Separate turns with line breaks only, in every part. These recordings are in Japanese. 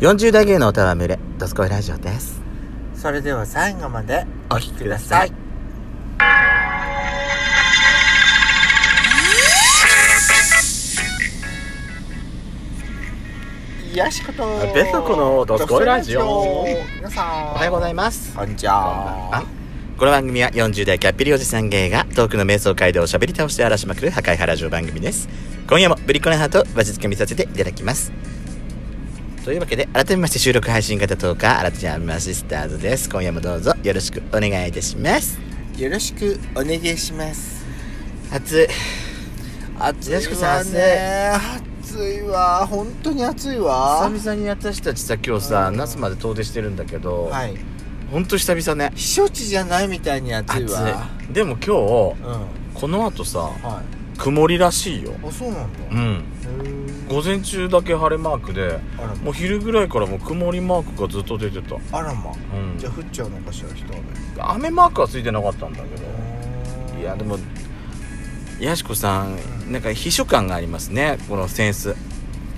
40代芸のおたわむれ、ドスコイラジオです。
それでは最後まで
お
お
聞
聞
き
き
く
く
だ
だ
さ
さ
い
い。よしこと
ベソコのドスコイラジオ
皆さん
おはようございます。
こんにち
あ
は
この番組は40代キャッピリおじさん芸がトークの瞑想街道をしゃべり倒して荒らしまくる破壊派ラジオ番組です。今夜もブリコナハートをわじつかみさせていただきます。というわけで、改めまして収録配信型トーカー、新たちゃんマシスターズです。今夜もどうぞよろしくお願いいたします。
よろしくお願いします
暑い。
暑
よしこさん
暑いわ本当に暑いわ
久々に私たちさ、今日さ、那須まで遠出してるんだけど、
はい
ほんと久々ね。
避暑地じゃないみたいに暑いわ
い。でも今日、
うんは
この後さ、
い
曇りらしいよ。
あそうなんだ
うん。
へー
午前中だけ晴れマークで
あらま
もう昼ぐらいからもう曇りマークがずっと出てた、う
あらま
ん
じゃあ降っちゃうのかしら人は
雨マークはついてなかったんだけどいやでもやしこさんなんか秘書感がありますねこのセンス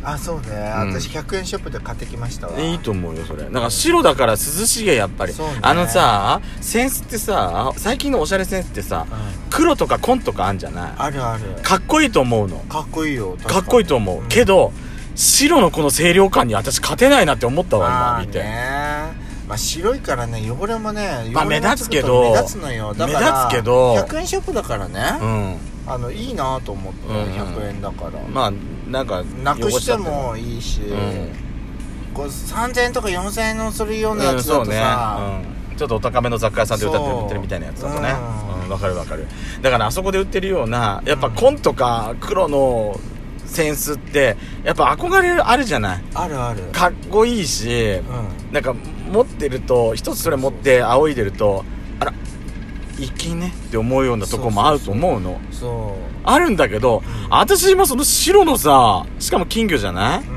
あそうね、私100円ショップで買ってきましたわ
いいと思うよそれなんか白だから涼しげやっぱり、
そうね
あのさセンスってさ最近のおしゃれセンスってさ
うん
黒とか紺とかあんじゃない
あるある
かっこいいと思うの
かっこいいよ
かっこいいと思う、
うん
けど白のこの清涼感に私勝てないなって思ったわ
は
今見て、
まあ白いからね汚れもね
まあ
汚
目
れが
立つけど
目立つのよだから
目立つけど
100円ショップだから
う
ね、
ん
あのいいなと思って、
うんうん
100円だから、
まあなんか
なくして
汚
もいいし、
しちゃっても
こう3000円とか4000円のするよ
う
うんなやつだ
そ
と
う
さ、
ね、うん、ちょっとお高めの雑貨屋さんで歌って
そう
売ってるみたいなやつだとね
うん
うんわ、かるわかるだからあそこで売ってるようなやっぱ紺とか黒のセンスってやっぱ憧れあるじゃない
あるある
かっこいいし
う
なんか持ってると一つそれ持って仰いでるとあらいいねって思うようなとこもあると思うの
んそ、
あるんだけど私今その白のさしかも金魚じゃないう
う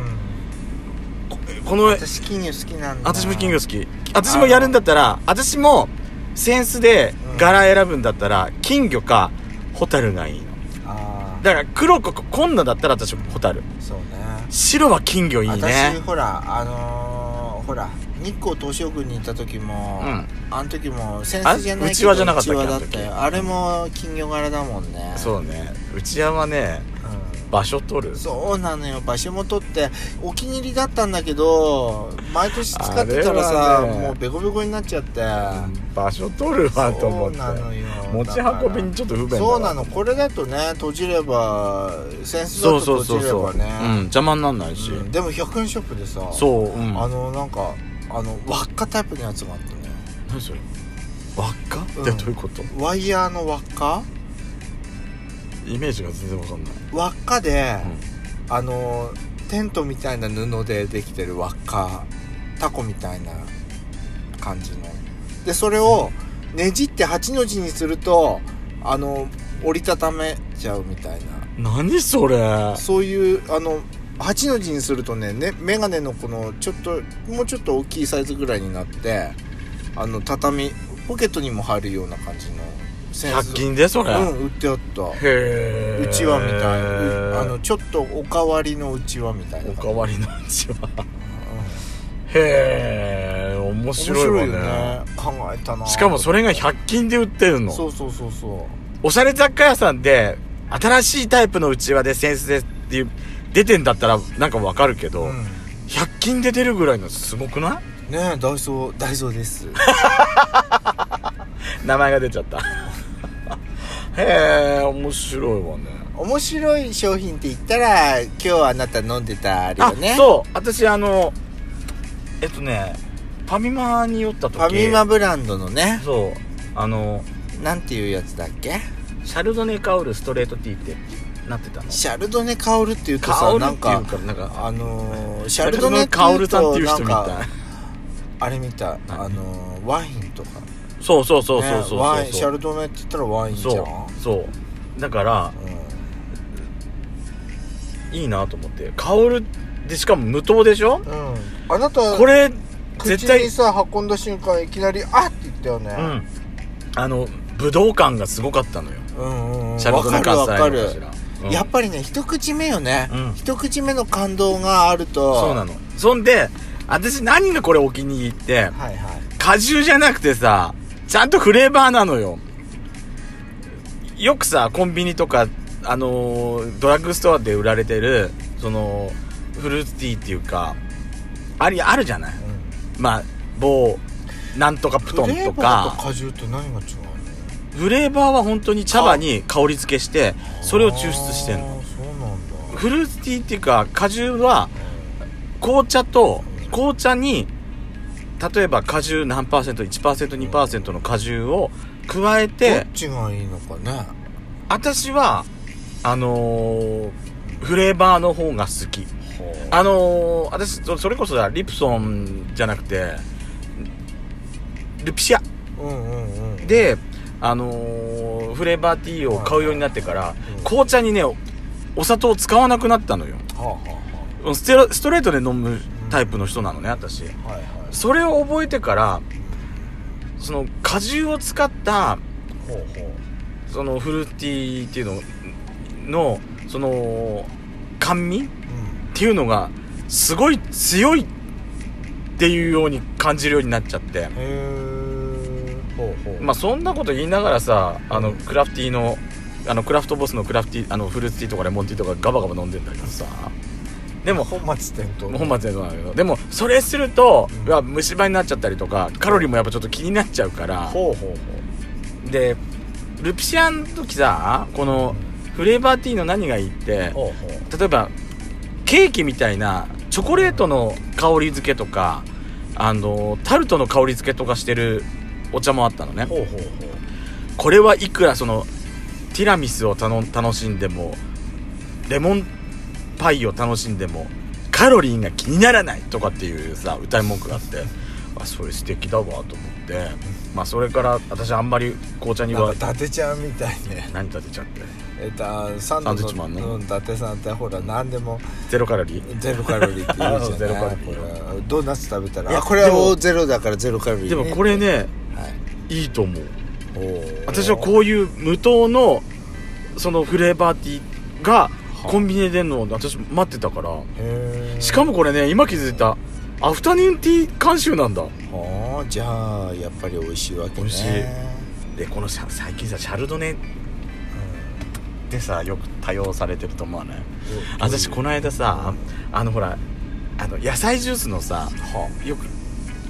ん
この
私金魚好きなんだ
私も金魚好き私もやるんだったら私もセンスで柄選ぶんだったら金魚かホタルがいいの
あ
だから黒子こんなだったら私もホタル
あそうね
白は金魚いい
私
ね
ほらあのー、ほら日光東照宮に行った時も、
うん
あの時もセンスじゃないけど
あうちわじゃなかったっけ
うちわだった
あの
よあれも金魚柄だもんね
そうね内山はね場所取
う
る
んそうなのよ場所も取ってお気に入りだったんだけど毎年使ってたら
あ
さ、
れはね
もうベコベコになっちゃって、
場所取るわと思
そ
っ
う
て
なのよ
持ち運びにちょっと不便だわ
そうなのこれだとね閉じればセンスだ
そ
と
うそうそ
閉
う
じれ
そう
ば
う
ね
ん邪魔になんないし
うんでも100円ショップでさ
そううん
あのなんかあの輪っかタイプのやつがあったね
何それ輪っかって
うん
どういうこと
ワイヤーの輪っか
イメージが全然わかんない
輪っかで、あのテントみたいな布でできてる輪っかタコみたいな感じのでそれをねじって8の字にするとあの折りたためちゃうみたいな
何それ
そういうあの8の字にするとねねメガネのこのちょっともうちょっと大きいサイズぐらいになってあの畳ポケットにも入るような感じのセンス
100均でそれ、
うん売ってあった
へえ
うちわみたいなあのちょっとおかわりのうちわみたいな
お
感じ
かわりのうちわ
うん
へえ面
面
白い
白
わ
いよ
ね
ね考えたな
しかもそれが100均で売ってるの
そうそうそうそ
おしゃれ雑貨屋さんで新しいタイプのうちわでセンスでっていう出てんだったらなんかわかるけ
う、
ど、
うん、
100均で出るぐらいのすごくない
ねえダイソーダイソーです
名前が出ちゃったへえ面白いわね
面白い商品って言ったら今日あなた飲んでたあれよ
あ
ねう
そう私あのえっとねファミマに寄った時
ファミマブランドのね
そうあの
なんていうやつだっけ
シャルドネカウルストレートティーってなってたの
シャルドネカオルっていうと
カ
さ
ウル
な
っ
ん
ていうか
か
なんか
あのー、シ
シャ
ャル
ル
ド
ド
ネ
ネカオルさんっていう人み
なん
た
か
い
あれみたい
何
あのー、ワインとか
そうそうそうそうそう
ねワインシ
そ
ャ
う
ルドネって言ったらワインじゃ
そ
ん
うそうだからいいなと思ってカオルでしかも無糖でしょ
うん、うん、あなた
これ
口
絶対
にさ運んだ瞬間いきなり「あっ!」って言ったよ
う
ね
んあの武道館がすごかったのよ
うんうんうん
シャルドネカウルス
わ
あ
か
あいう
る
のか
わか
し
る
らうん
やっぱりね一口目よね、
うん
一口目の感動があると
そうな
の
のそんで私何がこれお気に入りって、
はいはい
果汁じゃなくてさ、ちゃんとフレーバーなのよ。よくさ、コンビニとか、あのードラッグストアで売られてる、その、フルーツティーっていうか、あり、あるじゃないまあ、某、なんとかプトンと
フレーバー
か、
と果汁って何が違う
フレーバーは本当に茶葉に香り付けして、
の
それを抽出してんの。
あーそうなんだ
フルーツティーっていうか、果汁は、紅茶と紅茶に例えば果汁何パーセント 1%2% の果汁を加え
どってちがいいのかね
私はあのーフレーバーの方が好きあのー私そそれこそだリプソンじゃなくてルピシア
うんうんうん
であのーフレーバーティーを買うようになってから
うん
紅茶にねおお砂糖を使わなくなったのよ
はあは
ステロストレートで飲むタイプの人なのね私
あはあはいはい
それを覚えてからその果汁を使った
ほうほ
そのフルーティーっていうののその甘味っ
ううん
ていうのがすごい強いっていうように感じるようになっちゃって
へえほうほう
まあそんなこと言いながらさあの
うん
クラフティーのあのクラフトボスのクラフティーあのフルーツティーとかレモンティーとかガバガバ飲んでんだけどさでも
本末転倒
本末転倒なんだけどでもそれすると
うん
うわ虫歯になっちゃったりとかカロリーもやっぱちょっと気になっちゃうから
ほうほうほう
でルピシアンの時さこのフレーバーティーの何がいいって
ほうほう
例えばケーキみたいなチョコレートの香り付けとかあのタルトの香り付けとかしてるお茶もあったのね
ほうほうほ
これはいくらそのティラミスをたの楽しんでもレモンパイを楽しんでもカロリーが気にならないとかっていうさ歌い文句があってあそれ素敵だわと思ってまあそれから私あんまり紅茶
う
に
な
は
んか伊達ちゃんみたいね
何食べちゃって
えっとサンド
サンドイッチマンね
うん伊達さんってほら何でも
ゼロカロリー
ゼロカロリーって言うじゃな い
ゼロカロリー
これドーナツ食べた
い
ら
や
あこれ
でも
はゼロだからゼロカロリーね
でもこれね
はい
いいと思う
おー
私はこういう無糖のそのフレーバーティーがコンビニで出るのを私待ってたから
へー
しかもこれね今気づいたアフタヌーンティー監修なんだ
はあじゃあやっぱり美味しいわけね
美味しいでこのさ最近さシャルドネってさよく多用されてると思わない私この間さあのほらあの野菜ジュースのさ
は
よく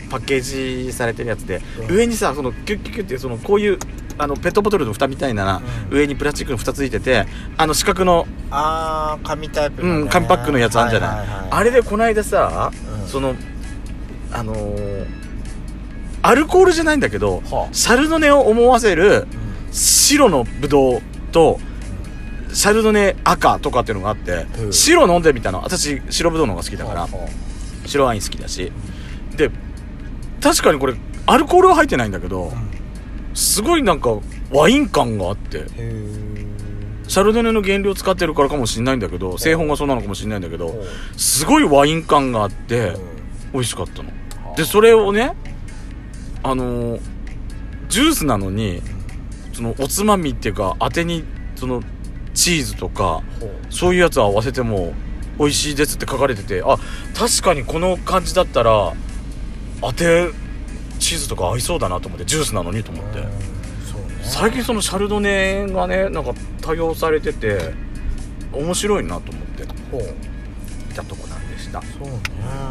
パッケージされてるやつで、
うん
上にさそのキュッキュッキュッってそのこういうあのペットボトルの蓋みたいな、
うん
上にプラスチックの蓋ついててあの四角の、
あー紙タイプのね
うん、紙パックのやつあるじゃない,、
ははは
あれでこの間さ、
うん
そのあのーアルコールじゃないんだけど、
はあ
シャルドネを思わせる
うん
白のブドウとシャルドネ赤とかっていうのがあって、
うん
白飲んでみたの私白ブドウの方が好きだから、
はあは
白ワイン好きだしで確かにこれアルコールは入ってないんだけど
あうん
すごいなんかワイン感があって
へー
シャルドネの原料使ってるからかもしんないんだけど製本がそうなのかもしんないんだけ
ほ
ど
う
すごいワイン感があって
うん
美味しかったの
はあ
でそれをねあのージュースなのにそのおつまみっていうか当てにそのチーズとか
ほう
そういうやつ合わせても美味しいですって書かれててあ確かにこの感じだったら当てチーズとか合いそうだなと思ってジュースなのにと思って
うんそうね
最近そのシャルドネがねなんか多用されてて面白いなと思ってい
ほう
たとこなんでしただ
そうね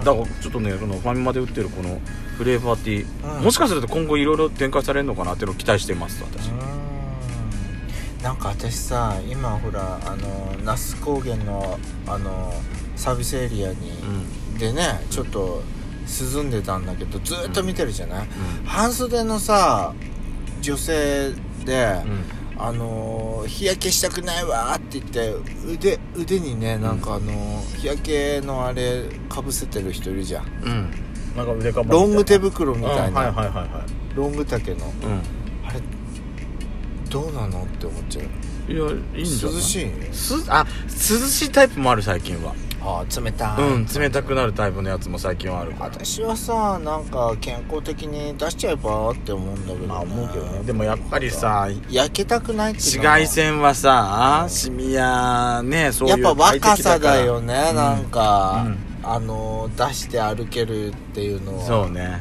からちょっとねこのファミマで売ってるこのフレーバーティー、
うん
もしかすると今後いろいろ展開されるのかなっていうのを期待してます私、
うーんなんか私さ今ほらあの那須高原のあのサービスエリアに、でねちょっと涼んでたんだけどずーっと見てるじゃない、半袖のさ女性で、
うんうん
あのー日焼けしたくないわーって言って腕腕にねなんかあのー日焼けのあれかぶせてる人いるじゃん
うんなんか腕かばんみたいな
ロング手袋みた
う
いな、
んはいはいはいはい
ロング丈の
うん
あれどうなのって思っちゃう
いやいいんじゃない
涼しい
すあ涼しいタイプもある最近は
ああ冷たい、
うん冷たくなるタイプのやつも最近はあるから
私はさなんか健康的に出しちゃえばって思うんだけど、ね、
まあ思うけどねでもやっぱりさ
焼けたくないっていう
紫
のは
外線はさシミやねそうい
やっ
う
ぱ若さだ
ね
よね、なんか、
うん
あの出して歩けるっていうのは
そうね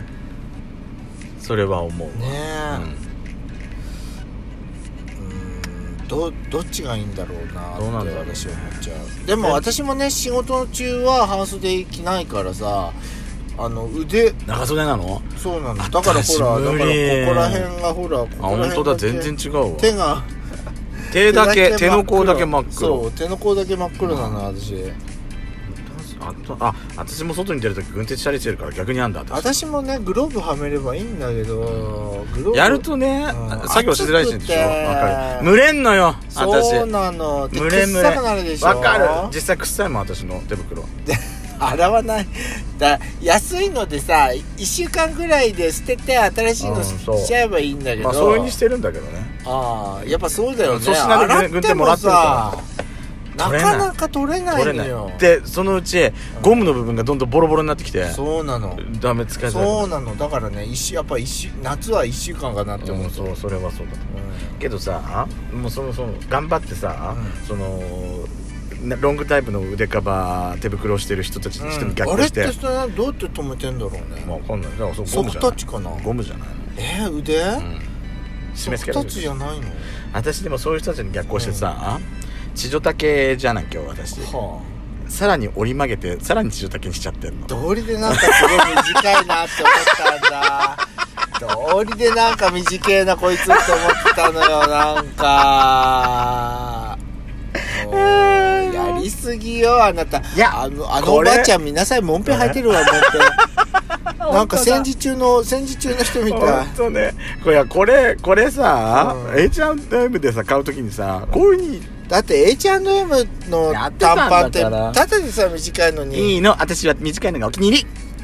それは思うわ
ね
う
えうんどどっちがいいんだろうな
どうなん
っ
だ
て
ろうね
私は思っちゃうでも私もね仕事中は半袖着ないからさあの腕
ん、長袖なの
そうなのだ
あ
からほ
私
らだ
無
か
理
らここら辺がほら
あ
ここら辺
本当だ全然違うわ
手が
手だけ手
真
の
っ黒
甲だけ真っ黒
そう手の甲だけ真っ黒なの私
あとあ私も外に出るとき軍手チャレしてるから逆にあんだ私
私もねグローブはめればいいんだけどグローブ
やるとね
うん
作業しづらいしんでしょ
暑くて
わかる蒸れんのよ私
そうなので
蒸れ蒸
臭くなるで
れ
しょ
わかる実際臭いもん私の手袋
洗わないだ安いのでさ1週間ぐらいで捨てて新しい
うん
の
そう
しちゃえばいいんだけど、
まあそういうにしてるんだけどね
ああやっぱそうだよね
粗品で
洗
軍
って
手も
も
らってる
さ
か
な
取れない
かなか取れない
取れ
の
ない
よ
でそのうちゴムの部分がどんどんボロボロになってきて
そうなの
ダメ使えづらい
そうなのだからね一週やっぱ一週夏は1週間かなって思
う
うん
そうそれはそうだと思う
う
けどさもうそのその頑張ってさ、
うん
そのなロングタイプの腕カバー手袋してる人たち
ん
にしても
あ
逆
れ
にし、
っててそれはどうやって止めてんだろう
まあ
ね
分かんないだからそうゴム
ソ
じ
フ
ゃな
トタッチかない
ゴムじゃないの
えー、腕、
うん締め
ソフ
付けられ
トタッ
て
チ
る
じゃないの
私でもそういう人たちに逆行してさ、地上丈じゃない今日私
はあ
さらに折り曲げてさらに地上丈にしちゃってんの
道理でなんかすごい短いなって思ったんだ道理でなんか短いなこいつって思ってたのよなんかもうやりすぎよあなた
いや
あのあの
こ
お
れ
ばあちゃん見なさいもんぺ履いてるわもん ぺなんか戦時中の戦時中の人みたい
本当ねこれこれこれさ、
うん
H&M でさ買うときにさこういうふうに
だって H&M の
やっ
短
てたんだ
パンって
から
ただでさえ短いのに
いいの私は短いのがお気に入り